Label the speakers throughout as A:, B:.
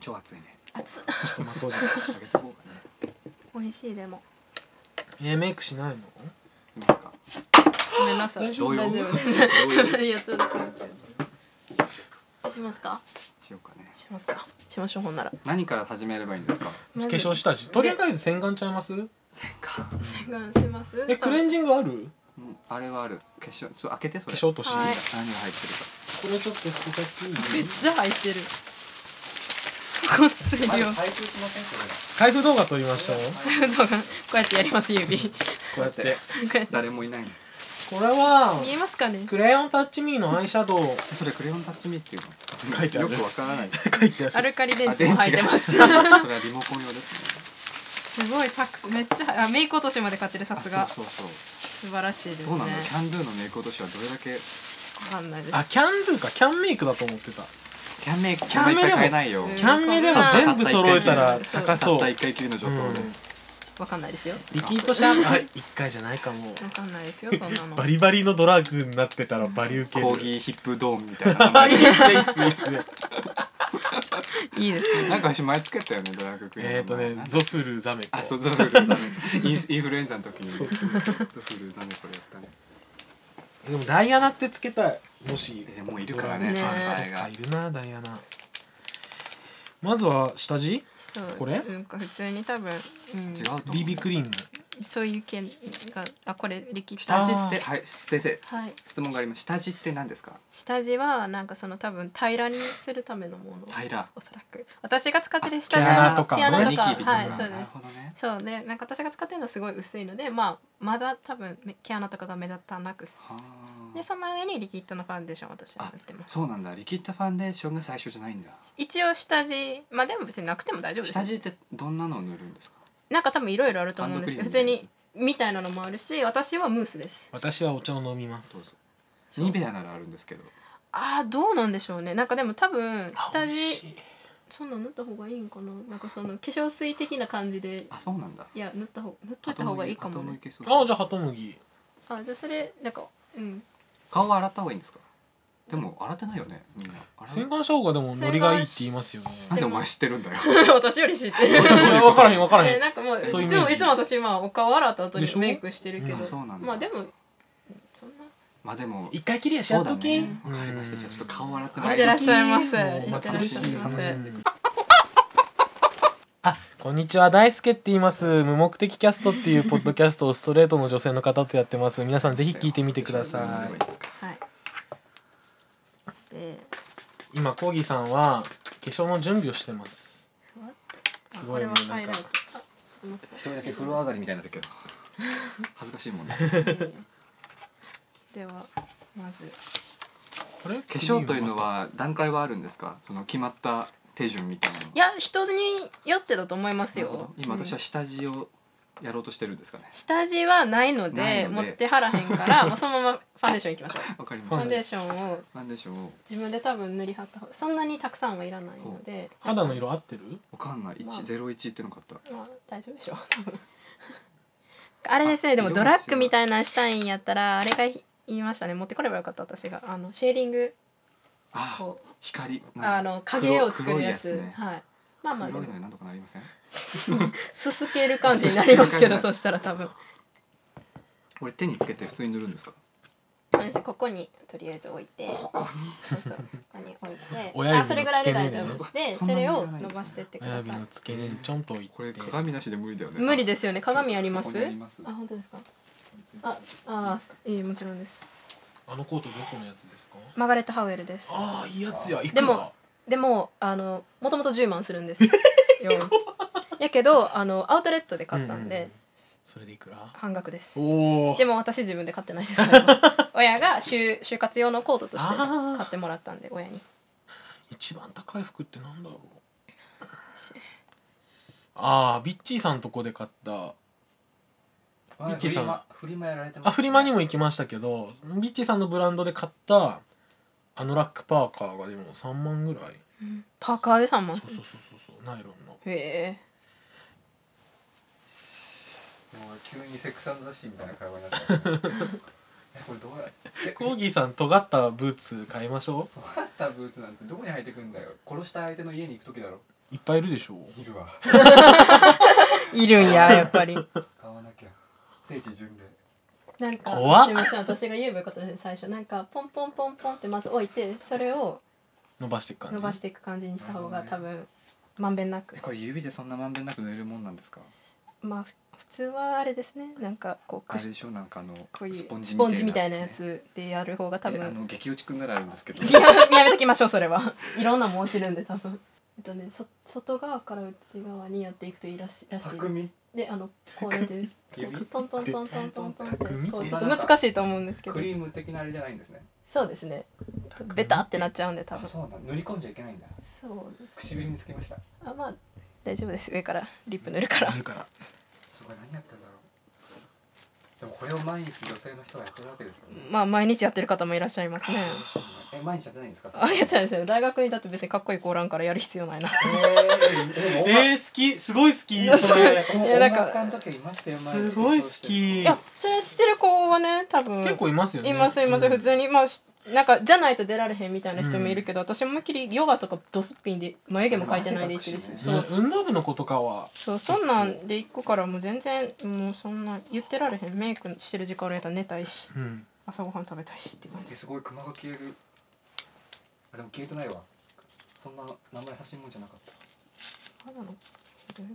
A: 超熱いね
B: 熱っ
A: ちょっとまとうじゃないあげとこうかね
B: 美味しいでも
C: えメイクしないの
A: いいですか
B: ごめんなさい
C: 大丈夫
B: 大丈夫です いやちょっとやつやつしますか
A: しようかね
B: しますかしましょうほんなら
A: 何から始めればいいんですか
B: 化
C: 化粧下地とりあえず洗顔ちゃいます
A: 洗顔
B: 洗顔します
C: えクレンジングある
A: うんあれはある化粧ちょっと開けてそ
C: 化
A: れ
C: 粧落とし
B: はい
A: 何が入ってるか
C: これちょっと少し
B: めっちゃ入ってるごっつい量
A: まだ配布しませんそれ
C: 開封動画撮りましょう
B: こうやってやります指こ
C: こうやって
B: うやって
A: 誰もいないの
C: これは
B: 見えますかね
C: クレヨンタッチミーのアイシャドウ
A: それクレヨンタッチミーっていうの
C: 書いてある
A: よくわからないです
C: 書いてあ
B: ア
C: る
B: ルカリ電
A: あ
B: 池も入ってます
A: 電池がそれはリモコン用ですね
B: すごいたくさんめっちゃあメイク落としまで買ってるさすが
A: あそうそう
B: 素晴らしいです
A: そうど
B: ね
A: うなのキ
B: わ
A: ャンドゥのメイク落としはどれだけ
B: かんないです
C: あキャンドゥかキャンメイクだと思ってた
A: キャンメイク
C: キャンメでも
A: そんないっぱい買えないよ
B: うん
C: キャンメでも全部揃えたら高
A: た
C: そ
A: っ
C: う
A: た一回きりの女装です
B: わかんないですよ
C: リキッドシャンあ一回じゃないかも
B: わかんないですよそんなの
C: バリバリのドラッグになってたらバリウケ
A: コ
C: る
A: ーギーヒップドーンみたいな名
C: あい
A: 前
C: いっ すねいいっすね
B: い
C: いいっすね
B: いですね
A: なんか私前つけたよねドラッグクイーンの
C: えっとねゾフルザメコ
A: あそうゾフルーザメインインフルエンザの時にゾフルーザメこれやったね
C: でもダイアナってつけたいもし
A: えもういるからね
B: ね
C: そ
A: あ
C: っ
A: れ
C: か
A: が
C: いるなダイアナまずは下地
B: そう
C: これ
B: なんか普通に多分、うん、
A: 違うと思う
C: BB クリーム
B: そういう系があこれ力士
A: 下
B: は
A: 地ってはい先生
B: い
A: 質問があります下地って何ですか
B: 下地はなんかその多分平らにするためのもの
A: 平ら
B: おそらく私が使ってる下
C: 毛
B: 地
C: 穴
B: は
C: とか
B: 毛穴とか
A: ニキビとか
B: はいそう
A: な
B: で
A: る
B: す
A: ほどね
B: そうでなんか私が使ってるのはすごい薄いのでまあまだ多分め毛穴とかが目立たなくす
A: あ
B: で
A: ー
B: その上にリキッドのファンデーションを私は塗ってます
A: そうなんだリキッドファンデーションが最初じゃないんだ
B: 一応下地まあでも別になくても大丈夫です
A: 下地ってどんなのを塗るんですか
B: なんか多分いろいろあると思うんですけど普
A: ハンド
B: 通
A: クリームみたいなやつ
B: にみたいなのもあるし私はムースです
C: 私はお茶を飲みま
A: どうぞ
C: す
B: そう
A: ニベアならあるんですけど
B: ああどうなんでしょうねなんかでも多分
C: あ
B: 下
C: 美味
B: 地
C: しい
B: そんなん塗った方がいいんかななんかその化粧水的な感じで
A: あそうなんだ
B: いや塗った方塗っといた方がいいかも
A: 後も
B: ね
A: いけそう
C: あじゃあハトムギ
B: あじゃあそれなんかうん
A: 顔洗った方がいいんですかでも洗ってないよねみんな洗
C: 洗
A: う
C: 顔した方がでもノリがいいって言いますよ
A: なん
C: ね
A: でお前知って るんだよ
B: 私より知ってる
C: 分からへん分からへ
B: え
C: ん
B: なんかもういつ
C: そう
B: も
C: いう
B: い
C: イメージ
B: つも私まあお顔洗った後に
C: でしょ
B: メイクしてるけ
A: う
B: ど
A: んそうなんだ
B: まあでもそんな
A: まあでも
C: 一回きりやし
A: そ
C: や
A: う
C: っ
A: だ
C: と
A: ね
C: き
A: わかりましたじゃあちょっと顔洗って
B: いってらっしゃいませ
C: もう
B: いってらっしゃいま
C: 楽し
B: せ
C: みこんにちは大輔って言います無目的キャストっていうポッドキャストをストレートの女性の方とやってます皆 さんぜひ聞いてみてください
B: はいで
C: 今コーギーさんは化粧の準備をしてます
B: ふわっとあ
C: すごいね
B: これはハイライト
C: なんか
B: あありますね
A: 一人だけ風呂上がりみたいになってるけど恥ずかしいもんですね
B: ではまず
C: これ化
A: 化粧というのは段階はあるんですかその決まった手順みたいなの
B: いや人によってだと思います
A: なるほ
B: よ
A: ど今私
B: うん
A: は下地をやろうとしてるんです かね
B: 下地はないので
A: ないので
B: 持ってはらへん からもうそのままファンデーションいきましょう
A: わかりま
B: フ
A: し
B: ァ
A: た
B: ンデーションを
A: ファンデーションを
B: 自分で多分塗りはった方そんなにたくさんはいらないので
C: 肌の色合ってる
A: わかんない
B: まあ
A: 一ゼロ一っての買った
B: まあ大丈夫でしょう多分あれですねでも
A: 色が
B: ド
A: 違う
B: ラッグみたいなのしたいんやったらあれが言いましたね持ってこればよかった私があのシェーディング
A: あ
B: こう
A: 光
B: あの影を作るやつ
A: 黒いやつね
B: はいまあまあで
A: 黒い
B: も
A: のになんとかなりません
B: すすける感じになります
A: すすけ
B: けど
A: る感じ
B: そしたら多分
A: これ手につけて普通に塗るんですか
B: そうですねここにとりあえず置いて
A: ここに
B: そうそうここに置いて
C: 親指の
B: あそれぐらいで大丈夫です
A: 付け根
B: で
A: で
B: それを伸ばしてってく
C: 親
B: だ
C: 指
B: さい
C: の付け根にちょんと置いて
A: これ鏡なしで無理だよね
B: 無理ですよね鏡ありま
A: そ
B: す
A: こにあります
B: あ本当ですかああいいもちろんです
C: あのコートどこのやつですか
B: マガレット・ハウエルです
C: ああいいやつやいく
B: で
C: ら
B: もでもあのもともと10万するんですよやけどあのアウトレットで買ったんで、
C: うんうんうんそれでいくら
B: 半額です
C: おお
B: でも私自分で買ってないですそれは親が就就活用のコートとして
C: あー
B: 買ってもらったんで親に
C: 一番高い服ってなんだろうああビッチーさんとこで買ったミッチーさん
A: フリマやられて
C: あフリマにも行きましたけどビッチーさんのブランドで買ったあのラックパーカーがでも3万ぐらい
B: うんパーカーで3
C: そう
B: 万
C: そうそうそうそうナイロンの
B: へえ
A: もう急にセックスザシーみたいな会話になってる えこれどうやって
C: コーギーさん尖ったブーツ買いましょ
A: 尖ったブーツなんてどこに履いてくんだよ殺した相手の家に行く時だろ
C: いっぱいいるでしょう
A: いるわ
B: いるんややっぱり
A: 買わなきゃ聖地巡礼
B: なんか
C: 怖っ
B: すみません私が言えばよかったです最初なんかポンポンポンポンってまず置いてそれを
C: 伸ばしていく感じ
B: 伸ばしていく感じにした方が多分まんべんなく
D: えこれ指でそんなまんべんなく塗れるもんなんですか
B: まあふ普通はあれですねなんかこう
D: あ
B: く
D: れ
B: し
D: でしょなんかあの
B: こういう
D: スポンジ
B: スポンジみたいなや
D: ね
B: つでやる方が多
D: えあ
B: 分
D: の激落ちくんならあるんですけど
B: いややめときましょうそれは いろんなもん落ちるんで多分えっとねそ外側から内側にやっていくといいらしらしい
A: 匠
B: であのこうやってこうトントントントントントンって
C: 匠
B: こうちょっと難しいと思うんですけど
A: クリーム的なあれじゃないんですね
B: そうですねベタってなっちゃうんで多
A: あ
B: 分
A: そうなん塗り込んじゃいけないんだ
B: そうです
A: 唇につけました
B: あまあ大丈夫です上からリップ塗るから
C: いるから
A: すごい何やってんだろうでもこれを毎日女性の人がやってるわけですよね、
B: まあ毎日やってる方もいらっしゃいますね
A: え毎日やってないんですか
B: あいや違うんですよ大学にだって別にかっこいい子おらんからやる必要ないな
A: えー、
C: えー、好きすごい 好きそれ
A: え
B: いやなん
A: 音
B: か
A: 楽家の時いましたよ毎日
C: すごい好き
B: いやそれしてる子はね多分
C: 結構いますよね
B: いますいます、
C: うん
B: 普通にまあしなんかじゃないと出られへんみたいな人もいるけど、私思いっきりヨガとかドスッピンで眉毛も描いてないでいってるし、
A: うん
B: そう
C: ね運動部の子とかは
B: そうそんなんで行くからもう全然もうそんな言ってられへんメイクしてる時間あるやったら寝たいし
C: うん
B: 朝ごはん食べたいしって感
A: え
B: じ
A: すごい熊が消えるあでも消えてないわそんな名前優しいもんじゃなかった
B: あなの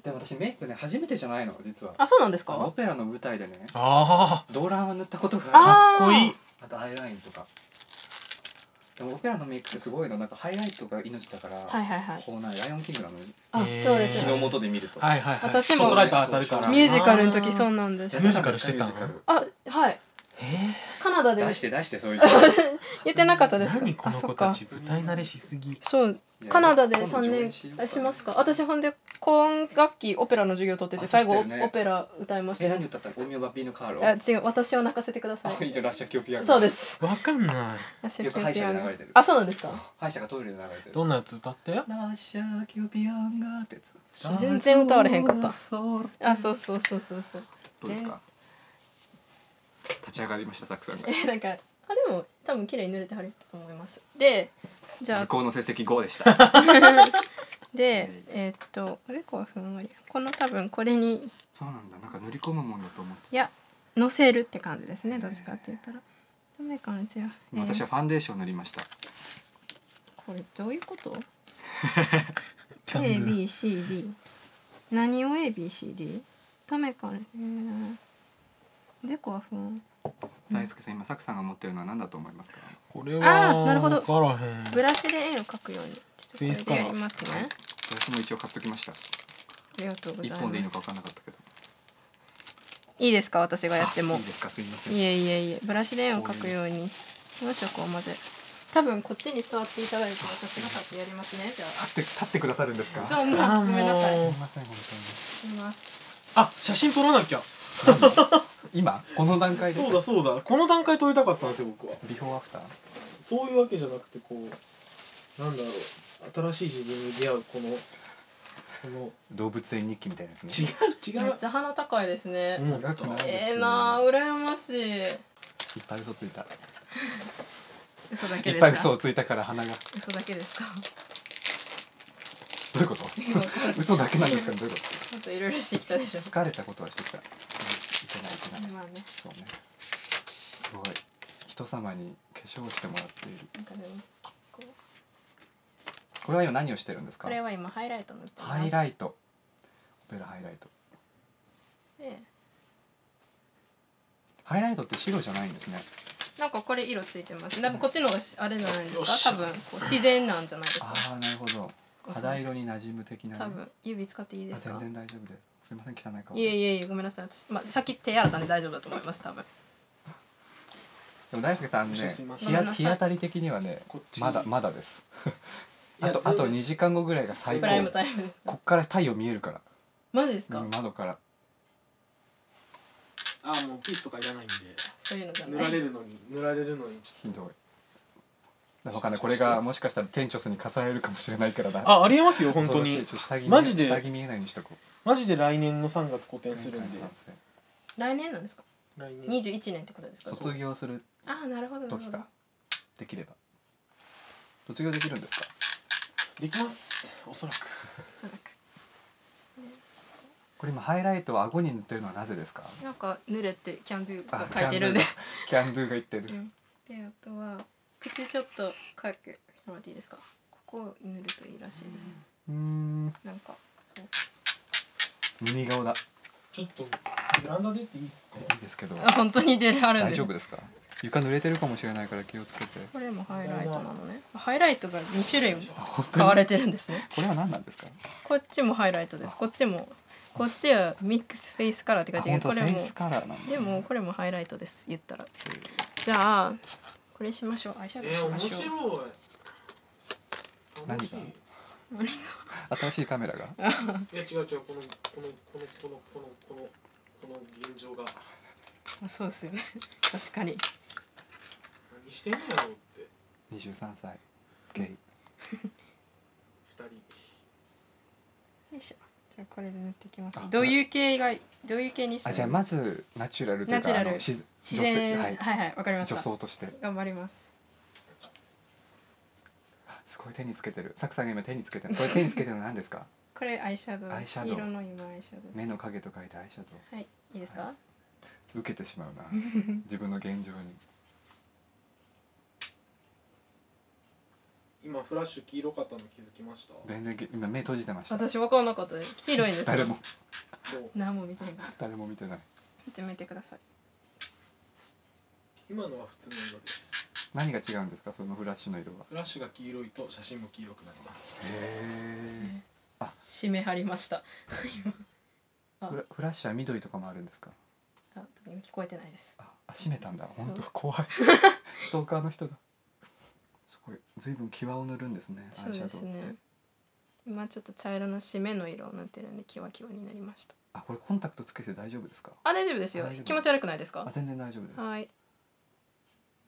A: でも私メイクね初めてじゃないの実は
B: あそうなんです
A: あのオ
B: か
A: ペラの舞台でね
C: あ
A: ドーランは塗ったこと
C: あ
A: がある
C: かっこいい
A: あとアイラインとかでもオペラのメイクってすごいのなんかハイライトが命だから、
B: はいはいはい
A: こうなんライオンキングなの
B: あ
C: えー
B: そうです
A: 日
B: よ
A: の元で見ると、
C: はいはいはい
B: 私も
C: スポットライト当たるから
B: ミュージカルの時
C: う
B: そうなんでし
C: ミュー
B: た
C: ジカルしてたの
A: ミュージカル
B: あはいカナダで
A: 出して出して そういう人い
B: 言ってなかったですか
C: 何こ
B: あ
C: の
B: そ
C: 子
B: っか
C: たち舞台慣れしすぎ
B: そう
A: や
B: カナダで
A: 今度
B: 3
A: 上
B: 年
A: 演よう
B: あしますか
A: あ
B: 私ほんで今学期オペラの授業取ってて
A: あ
B: 最後
A: 取ってるね
B: オペラ歌いました
A: え
B: よ
A: 何歌ったのオミオバッピーノカーロ
B: あ違う私を泣かせてくださ
A: あ
B: い
A: 以上ラッシャーキョピアノ
B: そうです
C: わかんない
A: よく歯医者で流れてる
B: あそうなんですか
A: 歯医者がトイレで流れてる
C: どんなやつ歌って
A: ラッシャーキョピアンガーってやつ
B: 全然歌われへんかった
A: そう
B: あそうそうそうそうそう
A: どうですか立ち上がりましたサクさんが
B: えなんかあでも多分綺麗に濡れてはると思いますでじゃあ
A: 図工の成績5でした
B: でえーっと上はふんわりこの多分これに
A: そうなんだなんか塗り込むもんだと思って
B: いや乗せるって感じですねどっちかって言ったらどれかなじゃあ、えー
A: 私はファンデーション塗りました
B: これどういうこと
C: キャンドゥ
B: ABCD 何を ABCD? ためかね、えー、でこはふん
A: 大輔さん今サクさんが持ってるのは何だと思いますか
C: これ
B: あー
C: は
B: なるほど
C: わからへん
B: ブラシで円を描くようにちょっとこ
C: ベー
B: れ
C: ス
B: で
C: カラー
B: やりますねあ
A: 私も一応買っときました
B: りがとうござい
A: 一
B: ます
A: 本でいいのか分かんなかったけど
B: いいですか私がやっても
A: あいいですかすいません
B: いえいえいえブラシで円を描くように4色を混ぜ多分こっちに座っていただいて私が立ってやりますねじゃあ
A: 立って立ってくださるんですか
B: そう
C: あ
B: まあ
C: ー
B: ごめんなさい
C: もう
A: ません本当
B: います
C: あ写真撮らなきゃ
A: に今この段階で
C: そうだそうだこの段階撮りたかったんですよ僕は
A: ビフォーアフター
C: そういうわけじゃなくてこうなんだろう新しい自分に出会うこのこの
A: 動物園日記みたいなやつね
C: 違う
B: めっちゃ鼻高いですね
C: 思っ
A: なく
C: た
A: ない
B: ええなあ羨ましい
A: いっぱい嘘ついた
B: 嘘だ
A: い
B: け
A: っ
B: です
A: ぱ
B: か
A: い嘘をついたから鼻がど
B: 嘘だけですか
A: ういうこと 嘘だけなんですかどういうこ
B: ちょっといろいろしてきたでし
A: と
B: ょ。
A: 疲れたことはしてきたいけないいけない
B: まあね、
A: そうねすごい人様に化粧をしてもらっている
B: なんかでも、こう
A: これは今何をしてるんですか
B: これは今ハイライト塗ってます。
A: ハイライトオペラハイライト
B: で、
A: ハイライトって白じゃないんですね
B: なんかこれ色ついてます。多分こっちの方がしあれじゃないで
C: よっ
B: す
C: し
B: か。
C: ゃ
B: 多分こう自然なんじゃないです
A: あ
B: か。
A: あなるほど肌色に馴染む的なね
B: 多分指使っていいです
A: あ
B: か。
A: 全然大丈夫ですすいません汚い顔
B: いえいえいえごめんなさい。私まあさっき手洗ったんで大丈夫だと思います。多分。
A: でも大輔さんね
C: すいませ
B: ん
A: 日当日当たり的にはね
C: こっち
A: まだまだですあと
C: いや
A: あと2時間後ぐらいが最
B: プライム
A: 高
B: タイムです
A: こ
B: か。
A: っから太陽見えるから
B: マジですか。
A: うん窓から
C: あもうピースとかいらないんで
B: そういうのじゃ
C: 塗
B: な
C: られ
B: い。
C: るのに塗られるのにちょ
A: ひ
C: っ
A: どいわかんないこれがもしかしたら店長さんに重ねるかもしれないからだ
C: とあありえますよ本当
A: ちょっ
C: に
A: と下着見え
C: マジで
A: 下着見えないようにしとこう
C: マジで来年の3月個展するんで
B: 来年なんですか。
C: 来
B: 二
C: 年
B: 十一年ってことですか。
A: 卒業する
B: ああなるほどなる
A: 時
B: ほ
A: か
B: ど。
A: できれば卒業できるんですか
C: できますおそらく
B: おそらく
A: これ今ハイライトを顎に塗ってるのはなぜですか
B: なんか濡れてキャンドゥが
A: あ
B: 書いてるんで、
A: キャンドゥが言ってる
B: うんであとは口ちょっとかくもらっていいですかここを塗るといいらしいです、
A: うーん
B: なんかそう
A: 似顔だ
C: ちょっとベランダ出ていいですか
A: いいですけど
B: あ本当に出られるんで
A: 大丈夫ですか床濡れてるかもしれないから気をつけて
B: これもハイライトなのねハイライトが2種類も
A: 本当
B: 買わ
A: に
B: れてるんですね
A: これは何なんですか
B: こっちもハイライトですこっちもこっちはミックスフェイスカラーって書い
A: あ
B: てある
A: 本当
B: けど
A: だフ
B: これ
A: ェイ
B: も
A: スカラーなんだ
B: でもこれもハイライトです言ったらじゃあこれしましょうアイシャドウしましょう、
C: 白い
A: 何が新しいカメラが
C: いや違う違うこのこのこのこのこのこのこの現状が
B: そうですよね確かに
C: 何してんやろうって
A: 23歳ゲイ
C: 二人
B: よいしょじゃあこれで塗っていきます
A: あ
B: どういう系がどういう系にした
A: あ
B: ら
A: じゃあまずナチュラルという
B: ナチュ
A: か
B: ラ
A: あ
B: ル
A: のし
B: 自然
A: 女性
B: は
A: はいい
B: はいわかりまし
A: 女
B: た
A: 装として
B: 頑張ります
A: すごい手につけてるサクさんが今手につけてるこれ手につけてるの何です か
B: これアイシャドウ
A: アイシャドウ
B: 黄色の今アイシャドウ
A: 目の影と書いてアイシャド
B: はいいいですか、
A: はウ受けてしまうな 自分の現状に
E: 今フラッシュ黄色かったの気づきました
A: 全然今目閉じてました
B: 私わからなかったです黄色いんですか
A: 誰も
E: そう
B: 何も見てへんかった
A: 誰も見てない
B: 始めてください
E: 今のは普通の色です
A: 何が違うんですかそのフラッシュの色は
E: フラッシュが黄色いと写真も黄色くなります
A: へえ
B: 締め張りましたあ
A: フラフラッシュは緑とかもあるんですか
B: あ多分聞こえてないです
A: ああ閉めたんだ
B: そう
A: 本当だ怖 いストーカーの人だすごい随分際を塗るんですね
B: そうです
A: アイシャドウって
B: ね今ちょっと茶色の締めの色を塗ってるんでキワキワになりました
A: あこれコンタクトつけて大丈夫ですか
B: あ大丈夫ですよ
A: 大丈夫
B: 気持ち悪くないです
A: あ
B: か
A: 全然大丈夫です
B: はい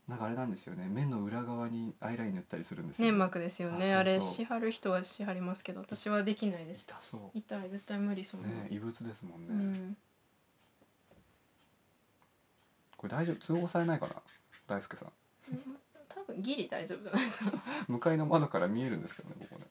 A: なんかあれなんですよね目の裏側にアイライン塗ったりするんですよ、
B: 粘膜ですよねあ
A: あそうそう
B: れしはる人はしはりますけど私はできないです
A: 痛そ
B: 痛い絶対無理そうんなの
A: ね異物ですもんね、
B: うん
A: これ大丈夫通報されないかな大輔さん
B: 多分ギリ大丈夫じゃないですか
A: 向かいの窓から見えるんですけどねここね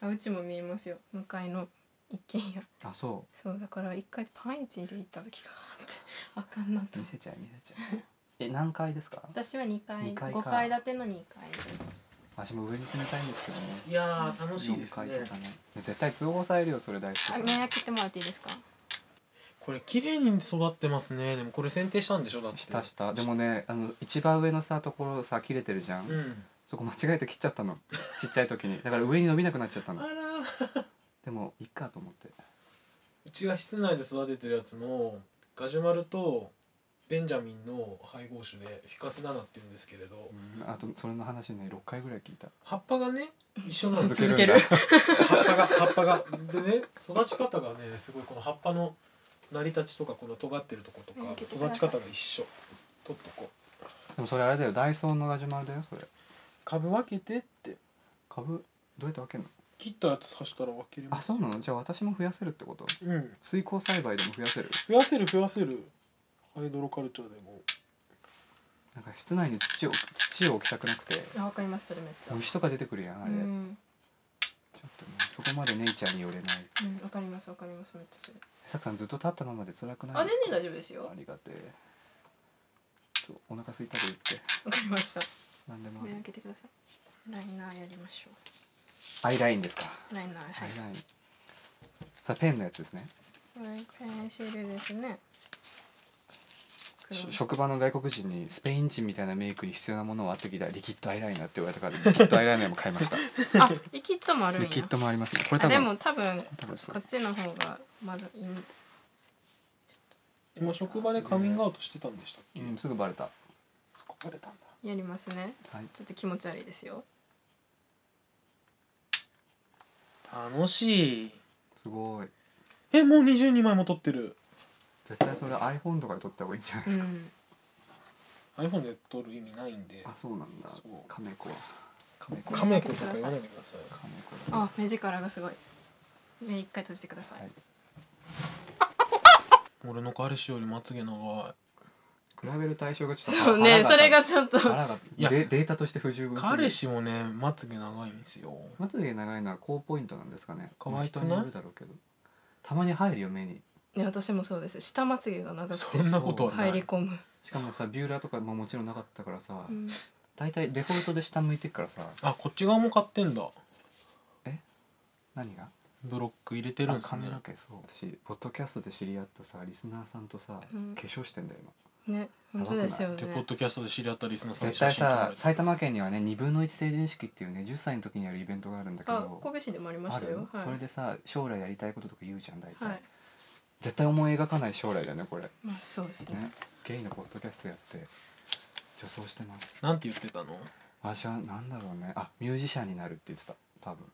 B: あうちも見えますよ向かいの一軒家
A: あそ
B: そうだから一回パンイチで行った時があってあかんな
A: う
B: と
A: 見せちゃい見せちゃい え何階ですか
B: 私は2階
A: 二階か
B: 5階建ての2階です
A: 私も上に住みたいんですけどね
E: いやー楽しいですね
A: 四階とかね絶対通報されるよそれ大輔
B: あ
A: さん
B: 目開けてもらっていいですか
C: これ綺麗に育ってますねでもこれ剪定したんでしょだって
A: 下下でもねあの一番上のさところさ切れてるじゃん、
C: うん
A: そこ間違えて切っちゃったのちっちゃい時にだから上に伸びなくなっちゃった
E: あ
A: の
E: らー
A: でもいっかと思って
E: うちが室内で育ててるやつのガジュマルとベンジャミンの配合種でフィカスナナって言うんですけれど
A: あとそれの話ね6回ぐらい聞いた
E: 葉っぱがね一緒なんですよ
B: 続ける
E: 葉っぱが葉っぱがでね育ち方がねすごいこの葉っぱの成り立ちとかこの尖ってるとことか
B: 見てください
E: 育ち方が一緒取っとこ
A: でもそれあれだよダイソーのガジュマルだよそれ
C: 株分けてって
A: 株どうやって分けるの
E: 切ったやつ刺したら分けれ
A: あそうなのじゃあ私も増やせるってこと
E: ううん
A: 水耕栽培でも増やせる
E: 増やせる増やせるハイドロカルチャーでも
A: なんか室内に土を土を置きたくなくて
B: あわかりますそれめっちゃ
A: 虫とか出てくるやんあ
B: う
A: れ、ちょ
B: ん
A: っとねそこまでネイチャーに寄れない
B: うんわかりますわかりますめっちゃそれ
A: さくさんずっと立ったままで辛くない
B: あ全然大
A: 丈
B: 丈夫ですよ
A: あ
B: わ
A: りがてえちょっとお腹空いたで言って
B: かりました
A: 何でもあ
B: 目
A: る
B: 開けてくださいライナーやりましょ
A: アイラインですか
B: うライナー
A: ア
B: は
A: イ
B: い
A: ラインさペンのやつですね
B: これペンシルですね黒
A: し
B: の
A: 職場の外国人にスペイン人みたいなメイクに必要なものをあってきたらリキッドアイライナーって言われたからリキッドアイライナーも買いま した
B: あリキッドもあるん
A: リ
B: や
A: キッドもありますねこれ
B: あ
A: 多
B: で
A: 分
B: も多分
A: 多分そう
B: こっちの方がまだいい
E: 今職場でカミングアウトしてたんでしたっけ、
A: うん、すぐバレた
E: そこバレたんだ
B: やりますね、
A: はい
B: ちょっと気持ち悪いですよ
C: 楽しい
A: すごい
C: えもう22枚も撮ってる
A: 絶対それ iPhone とかで撮った方がいいんじゃないで
B: う
A: すか、
B: ん
E: iPhone で撮る意味ないんで
A: あそうなんだ
E: そう
A: カメコはカメコ
E: カメコとか言わないでください
A: カメコだ
B: あ目力がすごい目一回閉じてください、
A: はい
C: 俺の彼氏よりまつげ長い
A: こべる対象がちょっと
B: そうねそれがちょっと
A: 腹が
C: いや
A: デデータとして不十分すぎる
C: 彼氏もねまつげ長いんですよ
A: まつげ長いのは高ポイントなんですかね
C: 可愛く
A: 人
C: ない
A: によるだろうけどたまに入るよ目に
B: ね私もそうです下まつげが長くて
C: そんなことはな
B: 入
C: い、
B: り込む、
A: しかもさビューラーとかももちろんなかったからさ
B: うん
A: 大体デフォルトで下向いてっからさ
C: あこっち側も買ってんだ
A: 何が
C: ブロック入れてるん
A: あ
C: ですね
A: 髪の毛そう私ポッドキャストで知り合ったさリスナーさんとさ、
B: うん
A: 化粧してんだよ今
B: ね本当ですよね
C: でポッドキャストで知り合ったリスナーさんの
A: 絶
C: 写
A: 対
C: 真撮ら
A: さ
C: れて
A: 埼玉県にはね2分の1成人式っていうね10歳の時にやるイベントがあるんだけ
B: あ
A: ど
B: 神戸市でもありま
A: あ
B: した
A: る
B: よ
A: よ、
B: はい
A: それでさ将来やりたいこととか言うじゃん大体、
B: はい
A: 絶対思い描かない将来だよねこれね
B: まあそうですね
A: ゲイのポッドキャストやって女装してます
C: なんて言ってたの
A: 私はなんだろうねあミュージシャンになるって言ってた多分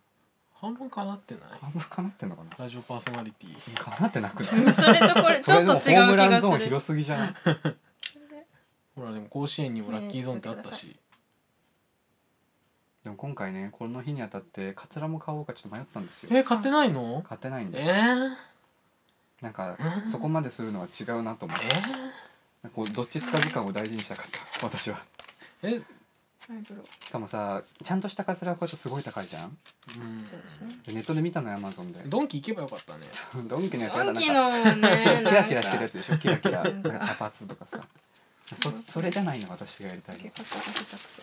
C: 半分かなってない
A: あんま叶ってんのかな
C: ラジオパーソナリティ
A: 叶ってな くない
B: それとこれちょっと違う
A: それでもホーム
B: 気
A: ラン
B: が
A: ゾーン
B: する
A: 広すぎじゃん
C: ほらでも甲子園にもラッキーゾーンってあったし、
A: でも今回ねこの日にあたってカツラも買おうかちょっと迷ったんですよ
C: えー買ってないの
A: 買ってないん
C: え
A: で
C: ー、
A: なんかそこまでするのは違うなと思っ
C: え
A: てなんかこうどっちつかず感を大事にしたかった私は
C: ー、え
B: アイブロ
A: しかもさちゃんとしたカツラはこうやってすごい高いじゃん
B: そうですね
A: でネットで見たのよアマゾンで
C: ドンキ行けばよかったね
A: ドンキのやつや
B: ド
A: だ
B: ン
A: なん
B: キ
A: か
B: の ね
A: チラチラチラ
B: なんか
A: してるやつでしょキラキラな
B: な
A: んん
B: か
A: か茶髪とかさそそれじゃないの私がやりたいの
B: 毛角下手くそ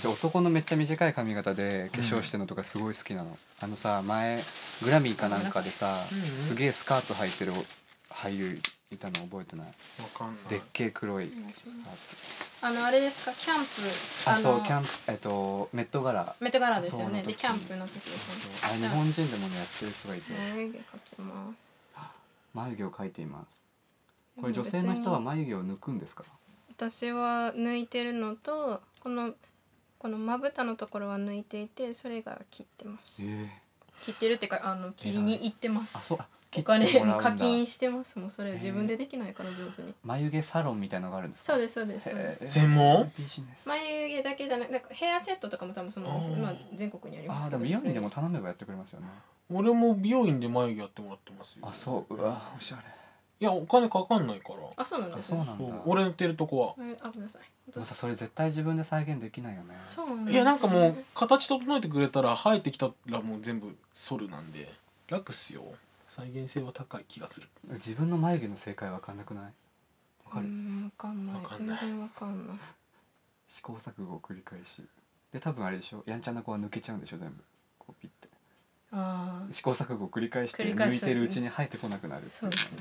A: で男のめっちゃ短い髪型で化粧してるのとかすごい好きなの、あのさ前グラミーかなんかでさ、
C: うんうん
A: すげえスカート履いてる俳優いたの覚えてない、
C: わかんな
A: でっ
C: い
A: けえ黒いス
B: お願いし
A: カ
B: ま
A: ー
B: あのあれですかキャンプ
A: トあそう
B: の
A: キャンプえっとメット柄
B: メットガラですよ
A: そうあの
B: ね
A: 時
B: でキャンプの時です
A: あ
B: よね
A: 日本人でもねやってる人がいて
B: 眉毛描きます
A: 眉毛を描いていますこれ女性の人は
B: でも
A: 眉毛を抜くんですか
B: 別に私は抜いてるのとこのこのまぶたのところは抜いていてそれが切ってます
A: ええ
B: 切ってるっていうかあの切りに行ってま
A: あそう
B: す
A: あ切
B: お
A: ってもらう
B: 金
A: んだ
B: も課金してますもうそれ自分でできないから上手に
A: 眉毛サロンみたいのがあるんですか
B: そうですそうですそうです
A: へえ
C: 専門
A: ビジネス
B: 眉毛だけじゃなくなんかヘアセットとかも多分そのお店
C: あー
B: まあ全国にありま
A: あ
B: す
A: ー
B: け
A: で
B: ど
A: も美容
B: 普通
A: 院
B: に
A: でも頼めばやってくれますよね
C: 俺も美容院で眉毛やってもらってますよ
A: あそううわおしゃれ
C: いやお金かかんないから
B: あそうなんで
A: あ
B: す
A: そう
B: ね
A: なん
C: そう
A: だ
C: 俺のってるとこ
B: えーあごめんなさい
A: でもさそれ絶対自分で再現できないよね
B: そうなん
C: は
B: です
C: いやなんかもう形整えてくれたら生えてきたらもう全部剃るなんで楽っすよ再現性は高い気がする
A: 自分の眉毛の正解わかんなくないわか
B: う
A: る、
B: んわかんない
C: わかんない
B: 全然わかんない
A: 試行錯誤を繰り返しで多分あれでしょやんちゃな子は抜けちゃうんでしょ全部こうピッて
B: ああ
A: 試行錯誤を繰り返して
B: 繰り返
A: 抜
B: し
A: い
B: たら
A: て
B: ね
A: るうちに生えてこなくなるってい
B: そうですね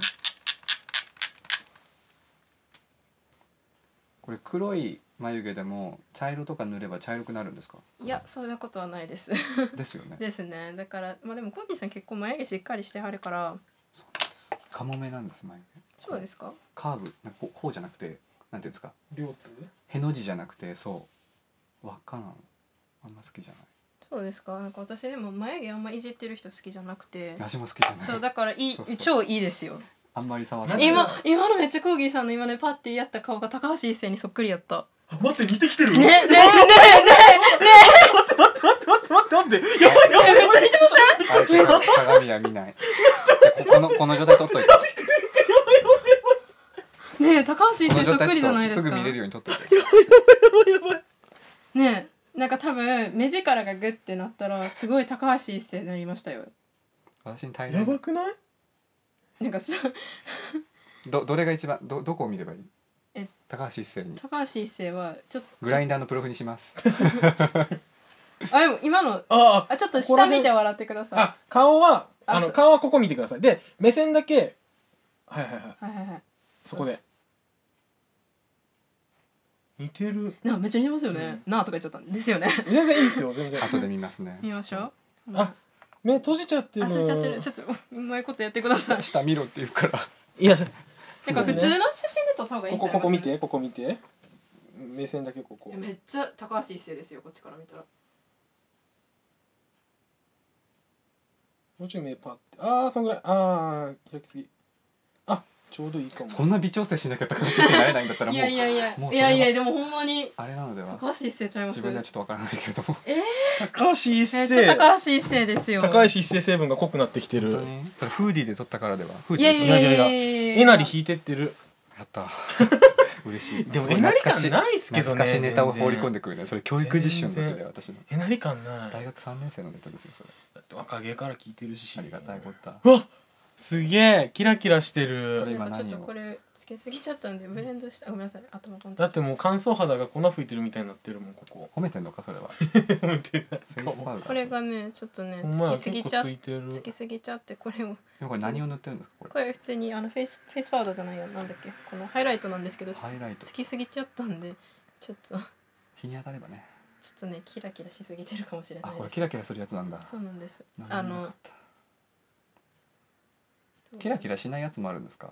A: これ黒い眉毛でも茶色とか塗れば茶色くなるんですか
B: いやそんなことはないです
A: ですよね
B: ですねだからまあでもコンビさん結構眉毛しっかりしてはるから
A: そうなんですカモメなんです眉毛
B: そうですか
A: カーブなんかこうこうじゃなくてなんていうんですか
E: 両津
A: への字じゃなくてそう輪っかなのあんま好きじゃない
B: そうですかなんか私でも眉毛あんまいじってる人好きじゃなくて
A: 私も好きじゃない
B: そうだからいい
A: そうそう
B: 超いいですよ
A: あんまり触らない
B: 今今のめっちゃコーギーさんの今ねパッてやった顔が高橋一生にそっくりやった
E: あ待って似てきてる
B: ねねねね
E: 待って待ってやばいやばい
B: めっちゃ似てません
A: あえて鏡は見ないここのこの状態撮っ といてこ
B: ねえ高橋一
A: の
B: 生そ
A: 状
B: っ
A: 態
B: くり
A: ち
B: じ
A: ょ
B: ゃ
A: っ
B: ない
A: と
B: ですす
A: ぐ
B: か
A: 見れるように撮っといて
B: ねえなんか多分目力がグッてなったらすごい高橋一生になりましたよ
A: 私に大
E: や
A: 変
E: ばくない
B: なんかそ
A: どどれが一番どどこを見ればいい
B: え
A: 高橋一生に
B: 高橋一生はちょっ
A: グラインダーのプロフにします
B: とあでも今の
E: ああ
B: あちょっと下見て笑ってくださ
E: あ顔は
B: あ
E: あの
B: そう
E: 顔はここ見てくださいで目線だけはいはいはい
B: いはいはいはい
E: そこで似てる
B: なあめっちゃ似てますよね、なあとか言っちゃったんですよね
E: 全然いいですよ全然
A: 後で見ますね
B: 見ましょう
E: あ目閉じちゃってる
B: あ
E: の
B: そしちゃってるちょっとうまいことやってください
A: 下見ろって言うから
E: いや
B: なんか普通の写真で撮った方がいい
E: こ
B: ん
E: こ
B: じゃない
E: ここ見てここ見て目線だけここ
B: めっちゃ高橋一生ですよこっちから見たら
E: もうちょい目パッてああそんぐらいああ開きすぎあちょうどいいかも
A: こんな微調整しなきゃ高橋一生になれないんだったら
B: い
A: もう
B: やいやいや
A: もう
B: い
A: それは
B: やいやでもほんまに
A: あれなのでは
B: 高橋一生ちゃいます
A: 自分ではちょっとわからないけれども
E: 高橋一
B: めっちゃ高橋一生ですよ
E: 高橋一生成分が濃くなってきて
A: 本
E: る
A: 当にそれフーディーで撮ったからではフー
B: い
A: ディー
B: や
A: で撮
B: い
A: っ
B: やいやいや
E: いやいや
B: いやいや
E: えなり引いてってる
A: やった 嬉しい
C: でも
A: すごい
C: えなり
A: 懐
C: 感
A: かしい
C: ないっすけどね
A: 懐かしいネタを
C: 全然
A: 放り込んでくるねそれ教育実習のネタ
C: 全
A: で
C: 然
A: 私の
C: えなり感ない
A: 大学3年生のネタですよそれ
C: だって若芸から聞いてるし
A: ありがたいこった
C: うわすげえキラキラして
A: それ
C: る
A: 今
B: なんかちょっと
A: 何を
B: これつけすぎちゃったんでブレンドしたあごめんなさい頭が
C: だってもう乾燥肌が粉吹いてるみたいになってるもんこ こ
A: 褒めてんのかそ れは
C: 見てない
A: フェイスパウダー
B: これがねちょっとね
C: ほん
B: つ
C: まや
B: きすぎちゃ
C: 結構ついてる
B: つきすぎちゃってこれを
A: でもこれ何を塗ってるんですかこれ
B: これ普通にあのフェイスフェイスパウダーじゃないよなんだっけこのハイライトなんですけどちょっ
A: ハイライト
B: とつきすぎちゃったんでちょっとちょっ
A: 日に当たればね
B: とねキラキラしすぎてるかもしれ
A: あ
B: ない
A: こ
B: で
A: れ
B: す
A: キラキラするやつなんだ
B: そうなんです
A: なる
B: あ
A: ほどよ
B: の
A: かったキラキラしないやつもあるんですか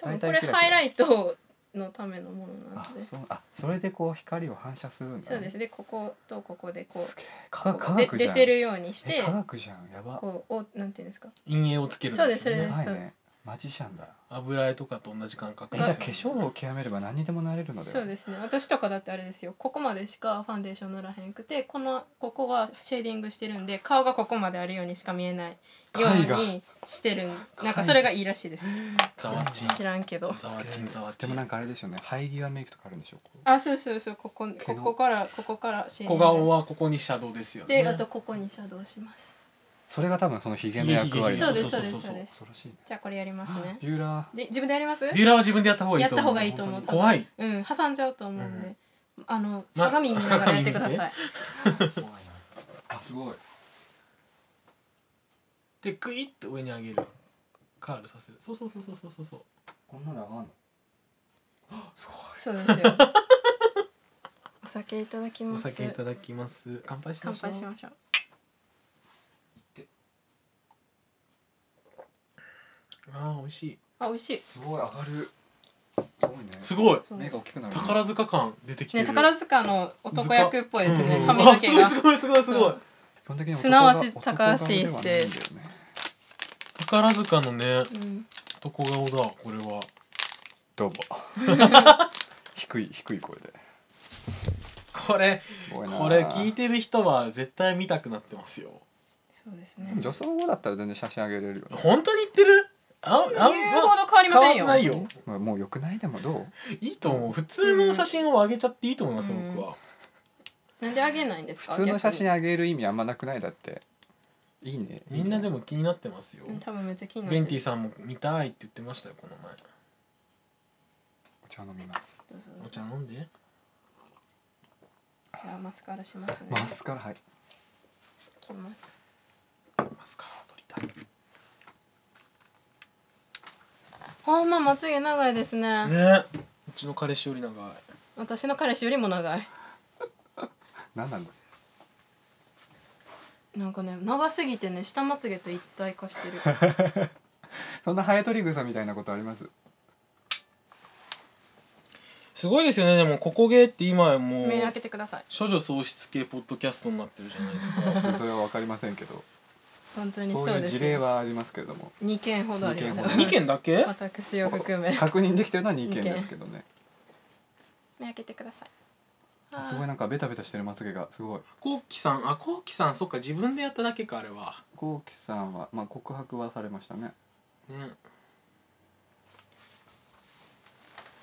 B: 多分こ
A: 大
B: れ
A: 体キラキラ
B: ハイライトのためのものな
A: あ
B: んで
A: そ
B: そ
A: うあそれでこう光を反射するんだ、ね、
B: うですでこことここでこ
A: す
B: う
A: げえ科学
B: こ
A: 科
B: うで
A: 学じ
B: 出
A: ゃん
B: てるようにして
A: え科学じゃんやば
B: こうおなんていうんですか
C: 陰影をつけるん
B: そうです
A: や
B: そ
A: ば
B: う
A: いねマジシャンだ
C: 油絵とかと同じ感覚
A: え
C: で
A: じゃ
C: す
A: あ
C: よ
A: 化粧を極めれば何にでもなれるので
B: そうですね私とかだってあれですよここまでしかファンデーション塗らへんくてこのここはシェーディングしてるんで顔がここまであるようにしか見えないよ
A: 絵
B: う
A: 画
B: にしてるんなんかそれがいいらしいです
C: ざわちん
B: 知らんけど
C: ざわちんざわち
A: で
C: ん
A: もなんかあれでしょうね生え際メイクとかあるんでしょうこう
B: あそうそうそうここここからここからシェーディ
C: 小
B: ング
C: 顔はここにシャドウですよね
B: であとここにシャドウします
A: それが多分そのヒゲの役割
C: ヒゲヒゲ
B: そうです
C: そ
B: そうう
C: そう
B: ですそうです
C: そうそう
A: 恐ろしいね
B: じゃあこれやりますね
A: ビューラー
B: で自分でやります
C: ビューラーは自分でやった方がいい
B: やっ
C: と思
B: た
C: う
B: 方がいいと思う
C: 怖い
B: うん挟んじゃうと思うんで、あの
C: ま
B: 鏡見ながらやってください
F: 怖いなあすごい
C: でクイッと上に上げるカールさせるそうそうそうそうそうそうそう
A: こんなのあかんの
B: そうですよお酒いただき
C: お
B: ます
C: 酒いただきます乾杯しま
B: 乾
C: しょう
B: 杯しましょう
C: あー美味しい
B: あ美味しい
A: すごい上がるすごいね
C: すごい
B: そう
A: 目が大きくなるね
C: 宝塚感出てきて
B: ね
C: る
B: 宝塚の男役っぽいですね
C: うん
B: 髪の毛
C: あ
B: が
C: すごいすごいすごいすごい
B: そう
A: 基本的に男
B: すなわち
A: が男
B: 高橋
A: 側ではないんだよね
C: 宝塚のね
B: うん
C: 男顔だこれは
A: どうも 低い低い声で
C: これ
A: すごいな
C: これ聞いてる人は絶対見たくなってますよ
B: そうですね
A: 女装後だったら全然写真あげれるよね
C: 本当に言ってるあんあん
B: 言うほど変わりません
C: 変わ
B: よ
C: んないよ
A: まあもう良くないでもどう
C: いいと思う普通の写真を上げちゃっていいと思います、
B: うん
C: 僕は
B: なんであげないんです
A: 普
B: か
A: 通の写真
B: 逆
A: あげる意味あんまなくないだっていいね
C: みんなでも気になってますよ、
B: にうん多分めっちゃ気にな
C: ベン
B: って
C: ティ
B: る
C: さんも見たいって言ってましたよこの前
A: お茶飲みます
B: どうぞ
C: お茶飲んで
B: じゃあマスカラしますね
A: マスカラはい
B: いきます
C: マスカラを取り
B: ほんままつげ長いですね
C: たいねうちの彼氏より長い
B: 私の彼氏よりも長い
A: 何なんだ
B: なんかね長すぎてね下まつげと一体化してる
A: そんなハエトリグサみたいなことあります
C: すごいですよねでもここゲーって今やもう
B: 目開けてください
C: 処女喪失系ポッドキャストになってるじゃないですか
A: それは分かりませんけど
B: 本当にそ
A: そうういう
B: です
A: 事例はありますけれども
B: 2件ほどあります
C: 2件だけ
B: 私を含め
A: 確認できてるのは2件ですけどね
B: 目開けてくださいあー
A: すごいなんかベタベタしてるまつげがすごい
C: コウキさんあコウキさんそっか自分でやっただけかあれは
A: こうきさんはまあ告白はされましたね
C: ね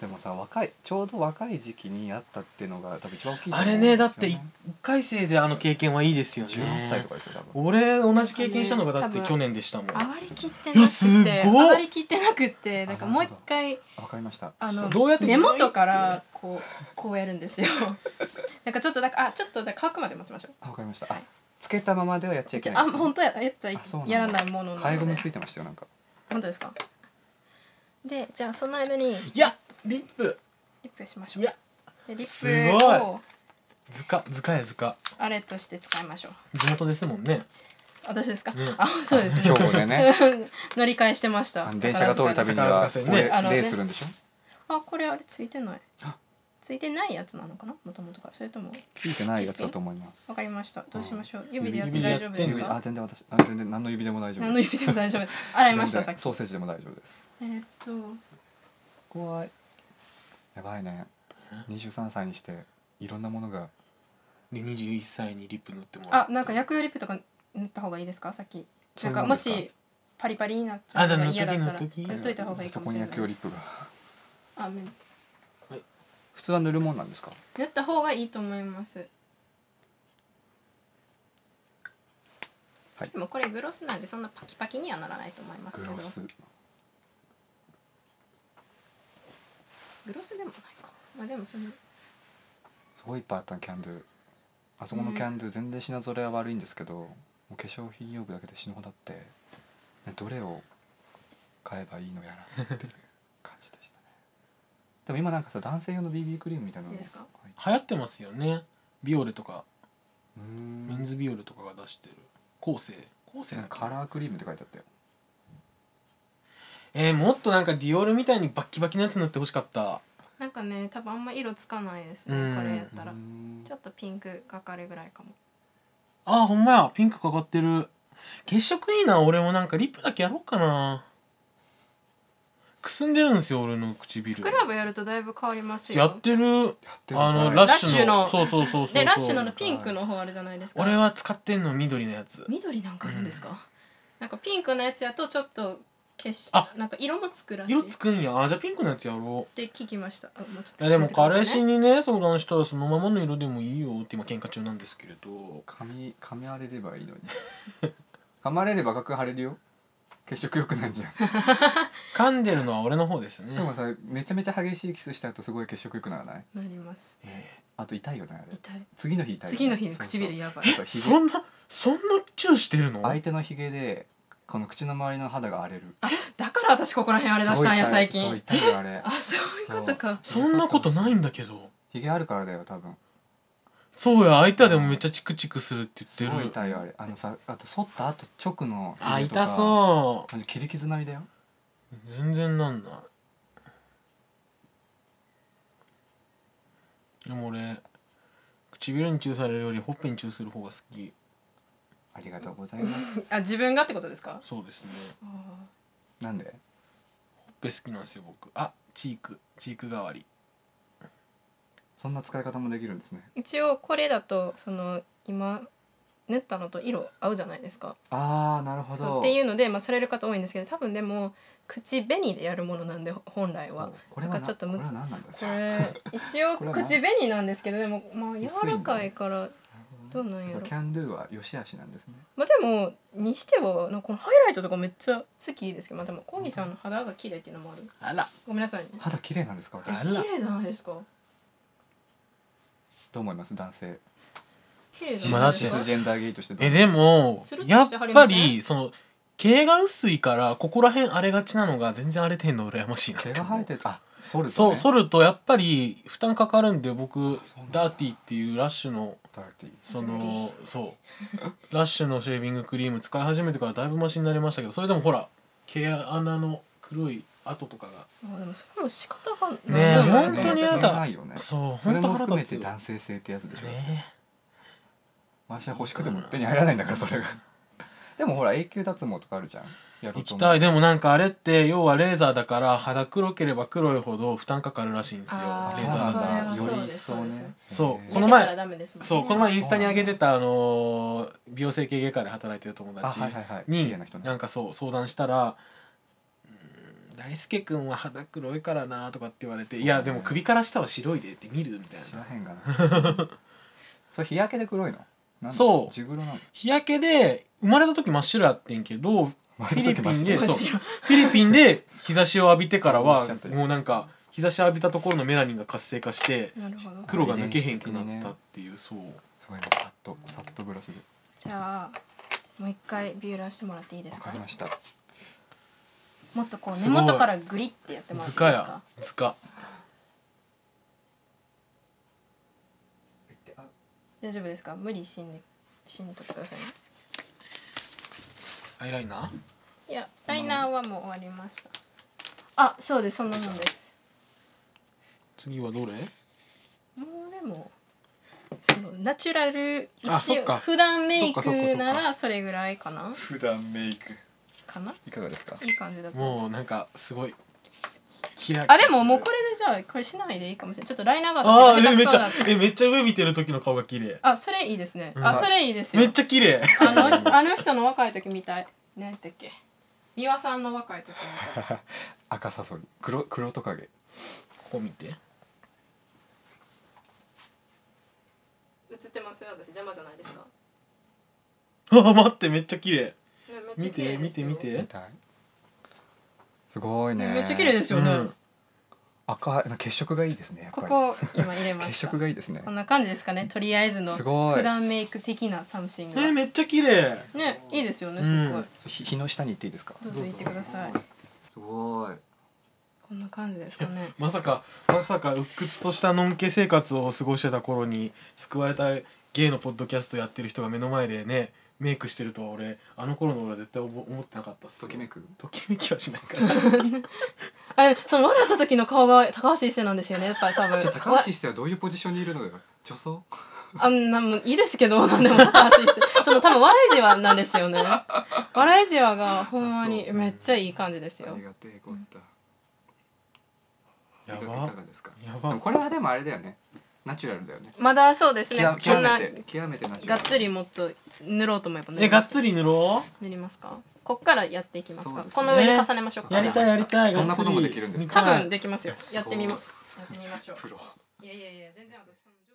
A: でもさ若いちょうど若い時期にあったっていうのが多分一番大きいと
C: あ
A: 思う
C: れ
A: んですよ
C: ねだって1回生であの経験はいいですよね
A: 18歳とかですよ多分
C: 俺同じ経験したのがだって
B: 多分
C: 去年でしたもん
B: 上がりきって
C: い
B: な
C: や
B: く
C: す
B: て
C: ごい
B: 上がりきってなくてだからもう一回
A: 分かりました
B: あの
C: どうやって
B: 根元からこうこうやるんですよ なんかちょっとだからあちょっとじゃあ乾くまで待ちましょう
A: あわかりましたあつけたままではやっちゃいけ
B: じ
A: な
B: ゃあ
A: いで
B: あ
A: すね
B: 本当ややっちゃい
A: あそうなんだ
B: やらないものな
A: 介護
B: の
A: も
B: で
A: ついてましたよなんか
B: 本当ですかでじゃあその間にリ
C: いやリップ
B: ップしましょ
C: いうや
B: でリ
C: す
B: ップ
C: ご
B: を
C: 図鑑図鑑や図鑑
B: あれとして使いましょう
C: 地元ですもんね
B: 私ですか、
C: ね
B: あそうです
A: 兵
B: ね
A: 庫でね
B: 乗り換えしてました
A: あの電車が通るたびには
C: 宝
A: こ
C: 塚
A: れ
C: 線ね
B: あのね
A: 礼するんでしょ
B: あこれあれついてない
A: あ
B: ついてないやつなのかなもともとからそれとも
A: ついてないやつだと思います
B: わかりましたどうしましょう
C: 指
B: 指でやって
C: 指でやっ
B: 大丈
C: てん
B: 夫
C: の
B: です
A: 指あ全然
B: か
A: 私あ全然何の指でも大丈夫
B: 何の
A: です
B: 指でも大丈夫洗いました
A: 全
B: さっ
A: 然
B: き
A: ソーセージでも大丈夫です
B: えーっと
A: 怖いやばいね23歳にしていろんなものが
C: で21歳にリップ塗ってもらう
B: あなんか薬用リップとか塗った方がいいですかさっき
A: そ
B: な
A: うんいうもんで
B: かも
A: すか
B: しパリパリになっちゃう
C: あじゃあ
B: 嫌だったら
C: 塗っとき塗っとき
B: 塗っといた方がいいか
A: そ
B: も
A: こ
B: し
A: に
B: れない
A: 薬用
B: で
A: リッ
B: す
A: プが
B: あめ
A: 普通は塗るもんなんですか
B: 塗った方がいいと思います、
A: はい
B: でもこれグロスなんでそんなパキパキにはならないと思いますけ
A: グ
B: ど
A: ロス
B: グロスでもないかまあでもその
A: すごいいっぱいあったのキャンドゥあそこのキャンドゥ全然品ぞれは悪いんですけど、もう化粧品用具だけで死ぬほどあって、ねどれを買えばいいのやらっていう感じで したねでも今なんかさ男性用の BB クリームみたいなの
B: いいですか
A: はい
C: 流行ってますよねビオレとか
A: うー
C: メ
A: ん
C: ンズビオレとかが出してる構成構成
A: なんかカラークリームって書いてあったよ
C: えー、もっとなんかディオールみたいにバッキバキのやつ塗ってほしかった
B: なんかね多分あんま色つかないですね
C: うん
B: これやったら
A: うーん
B: ちょっとピンクがかるぐらいかも
C: あーほんまやピンクかかってる血色いいな俺もなんかリップだけやろうかなくすんでるんですよ俺の唇
B: スクラブやるとだいぶ変わります
C: やっ
B: よ
C: てる
A: やってるんだ
C: あのラッシュの
B: ラッシュの
C: そうそうそうそうそう
B: でラッシュのあのピンクの方あるじゃないですか
C: 俺は使ってんの緑のやつ
B: 緑なんかあるんですか、なんかピンクのやつやとちょっと消し
C: あ
B: なんか色もつくらしい
C: 色
B: っ
C: つくんやあじゃあピンクのやつやろ
B: て聞きましたあもうちょっ
C: う
B: と
C: いやでも
B: 待っ
C: 彼
B: てください
C: 氏
B: ね
C: にね相談したらそのままの色でもいいよって今喧嘩中なんですけれど
A: 髪噛まれればいいのに噛まれれば赤く腫れるよ血色良くないじゃん
C: 噛んでるのは俺の方ですね
A: でもさめちゃめちゃ激しいキスした後すごい血色良くならない
B: なります
A: あと痛いよねあれ
B: 痛い
A: 次の日痛いよね
B: 次の日
A: そうそ
B: の
A: う
B: 唇やばい
A: やっぱひげ
C: そんなそんなチューしてるの
A: 相手のひげでこの口の周りの肌が荒れる
B: だから私ここら辺あれ出したんや
A: すごい
B: 最
A: 痛いそう
B: 近
A: 痛いよあ れ
B: あそういうことか
C: そんなことないんだけど
A: ひげあるからだよ多分
C: そうや相手はでもめっちゃチクチクするって
A: す
C: 言
A: ごい
C: って
A: 痛
C: る
A: いよあれあのさあと剃った後直の
C: あ
A: ひげとか
C: 痛そ
A: あの切り傷並みだよ
C: う全然なんないでも俺唇にチューされるよりほっぺにチューする方が好き
A: ありがとうございます
B: あ自分がってことですか
C: そうですね
B: あ
A: なんで
C: ほっぺ好きなんですよ僕あチークチーク代わり
A: そんな使い方もできるんですね
B: ー一応これだとその今縫ったのと色合うじゃないですか
A: ああなるほ
B: そう
A: ど
B: っていうので、まあ、される方多いんですけど多分でも口紅でやるものなんで本来は
A: これはな
B: な
A: ん
B: かちょっとむ
A: これ
B: つ
A: は何なんだ
B: これ一応
A: これは
B: 口紅なんですけどでもまあ柔らかいからどう
A: なるほどね
B: なんやろ
A: キャンドゥは良し悪しなんですね
B: まあでもにしてはなんかこのハイライトとかめっちゃ好きですけどまあでもコーギーさんの肌が綺麗っていうのもある
C: あら
B: ごめんなさいね
A: 肌綺麗なんですか私
C: あ
B: 綺
C: ら
B: 麗じゃないですか
A: どう思います男性
B: 綺麗じ
A: シ
B: ゃ
C: ま
B: な
C: あ
B: い
A: ス
B: で
A: シ
B: す
A: ス
B: か
A: ジェンダーゲイとしてどう
C: えでも
B: つるっと
C: やっ
B: してはり
C: ぱ
B: ません
C: りその毛が薄いからここら辺荒れがちなのが全然荒れてんの羨ましいなって
A: 毛
C: 思う
A: が生えてるあ剃るとね
C: そう剃るとやっぱり負担かかるんで僕
A: そうなんだ
C: ダーティーっていうラッシュの
A: ダーティー
C: そ
B: ダー
C: のそうラッシュのシェービングクリーム使い始めてからだいぶマシになりましたけどそれでもほら毛穴の黒い跡とかが
B: まあでもそれも仕方がない
C: ねえ
B: よな
C: 本当
B: と
C: にや
B: 思っ
C: だ
B: て
A: ないよね
C: そう
A: それ
C: 本当
A: も
C: 腹
A: 含め
C: 立
A: て
C: つ
A: 男性性ってやつでしょ、
C: ね
A: わしは欲しくても手に入らないんだからそれがでもほら永久脱毛とかあるじゃんやろ
C: 行
A: うと
C: き
A: 思
C: た
A: う
C: いでもなんかあれって要はレーザーだから肌黒ければ黒いほど負担かかるらしいんですよ
B: あ
C: レ
A: そう
C: ーザ
A: なん
C: ーの
A: だ
B: それ
A: よ
B: はそう
A: り
B: で
A: 一
B: す
A: 層
B: そうで
A: ね
C: すそう
A: へー
C: この前
B: だからダメですもんね
C: そうこの前インスタに上げてたあの美容整形外科で働いてる友
A: あ
C: 達
A: はいはいはい綺
C: に
A: 麗な人ね
C: なんかそう相談したら「うーん大輔君は肌黒いからな」とかって言われて「いやでも首から下は白いで」って見るみたい
A: 知ら
C: な
A: へんがな それ日焼けで黒いのなんだ
C: そう
A: 地黒なの
C: 日焼けで生まれた時真っ白やってんけどフ
A: 生まれ
C: ィ
A: た
C: リ
A: 時
C: ピ
A: 真っ
C: ン
A: 白
C: で
B: む
C: そ
B: し
C: う
B: ろ
C: フィリピンで日差しを浴びてからは
A: 想像しちゃった
C: もうなんか日差し浴びたところのメラニンが活性化して
B: なるほど
C: 黒が抜けへんくなったっていうそう
A: すごいなさっとさっとブラシで
B: じゃあもう一回ビューラーしてもらっていいで
A: わ
B: す
A: か
B: か
A: りました
B: もっとこう
C: す
B: 根
C: ごい
B: 元からグリってやってもらっ
C: 図
B: ていい
C: 鑑
B: ですか
C: や図鑑
G: あ
B: 大丈夫ですか無理しんでしんとってくださいね
C: アイライナー
B: いやライナーはもう終わりましたあそうですそんなもんです
C: 次はどれ
B: もうでもそのナチュラル
C: あ
B: 一
C: そ
B: 応
C: っか
B: 普段メ
A: そ
B: イ
A: っかそっかそ
B: ク
A: っか
B: ならそれぐらいかな
G: 普段メイク
B: かない
A: かがですか
B: いい感じだと思う
C: もうなんかすごいキラキラ
B: あでももう
C: する
B: これでじゃあこれしないでいいかもしれないちょっとライナーが
C: ああ
B: 私が下手
C: え
B: く
C: めっ
B: そ
C: ち
B: だ
C: ゃえめっちゃ上見てる時の顔が綺麗
B: あそれいいですね
C: う
B: あ
C: ん
B: それいいですよ
C: めっちゃ綺麗
B: あの あの人の若い時みたい何やったっけ美輪さんの若い時みたい
A: 赤サソリ黒黒トカゲ
C: ここ見て
B: 映ってますよ私邪魔じゃないですか、
C: あ待ってめっちゃ綺麗
B: ね、めっ
C: 見
B: ちゃ綺麗
C: て見
B: です
C: て
B: よ
C: 見
A: み
C: て
A: たいすごいね
B: ねめっちゃ綺麗ですよね、
C: うん
A: 赤い血色がいいですねやっぱ
B: こ
A: り
B: こ今入れま
A: 血
B: した
A: 色がいいですね
B: こんな感じですかねとりあえずの
A: すごい
B: 普段メイク的なサムシン
C: え
B: グは
C: ー、めっちゃ綺麗
B: ねいいですよね
C: うん
B: すごい、
A: ひ日の下に行っていいですか
B: どうぞ言ってください
A: すごい
B: こんな感じですかね
C: まさかまさか鬱屈としたのんけ生活を過ごしてた頃に救われたゲイのポッドキャストやってる人が目の前でねメイクしてるとは俺あの頃の俺は絶対おぼ思ってなかったっす
A: ときめく
C: ときめきはしないから
B: あその笑った時の顔が高橋一生なんですよねやっぱり多分
A: じゃあ高橋一生はどういうポジションにいるのよ女装
B: あんなもんいいですけどなんでも高橋一生その多分笑いじわなんですよね笑いじわがほんまに
A: あそう
B: めっちゃいい感じですよ
A: ありがてえこった
C: や
A: いかい
C: ば
A: かがですか
C: や
A: で
C: ば
A: もこれはでもあれだよねナチュラルだよね
B: まだそうですね
A: 極
B: こん
A: 極
B: な
A: めて極めてナチュ
B: が
A: ラ
B: っ
A: ル
B: つりもっと塗ろうと思えば塗
C: え
B: り
C: が
B: ま
C: っ
B: す
C: つり塗ろ
B: 塗りますかこっからやっていきます
A: そう
B: か
A: ですね
B: この上に重ねましょう
C: う
B: か
C: やりたいやりたい
A: そんなことも
C: がっつり
A: できるんです
B: 多
A: か
C: 見たい
B: 分できますよ
A: すご
B: や
A: い
B: ってみましょうやってみましょう
A: プロ
B: いやいやいや全然私その上手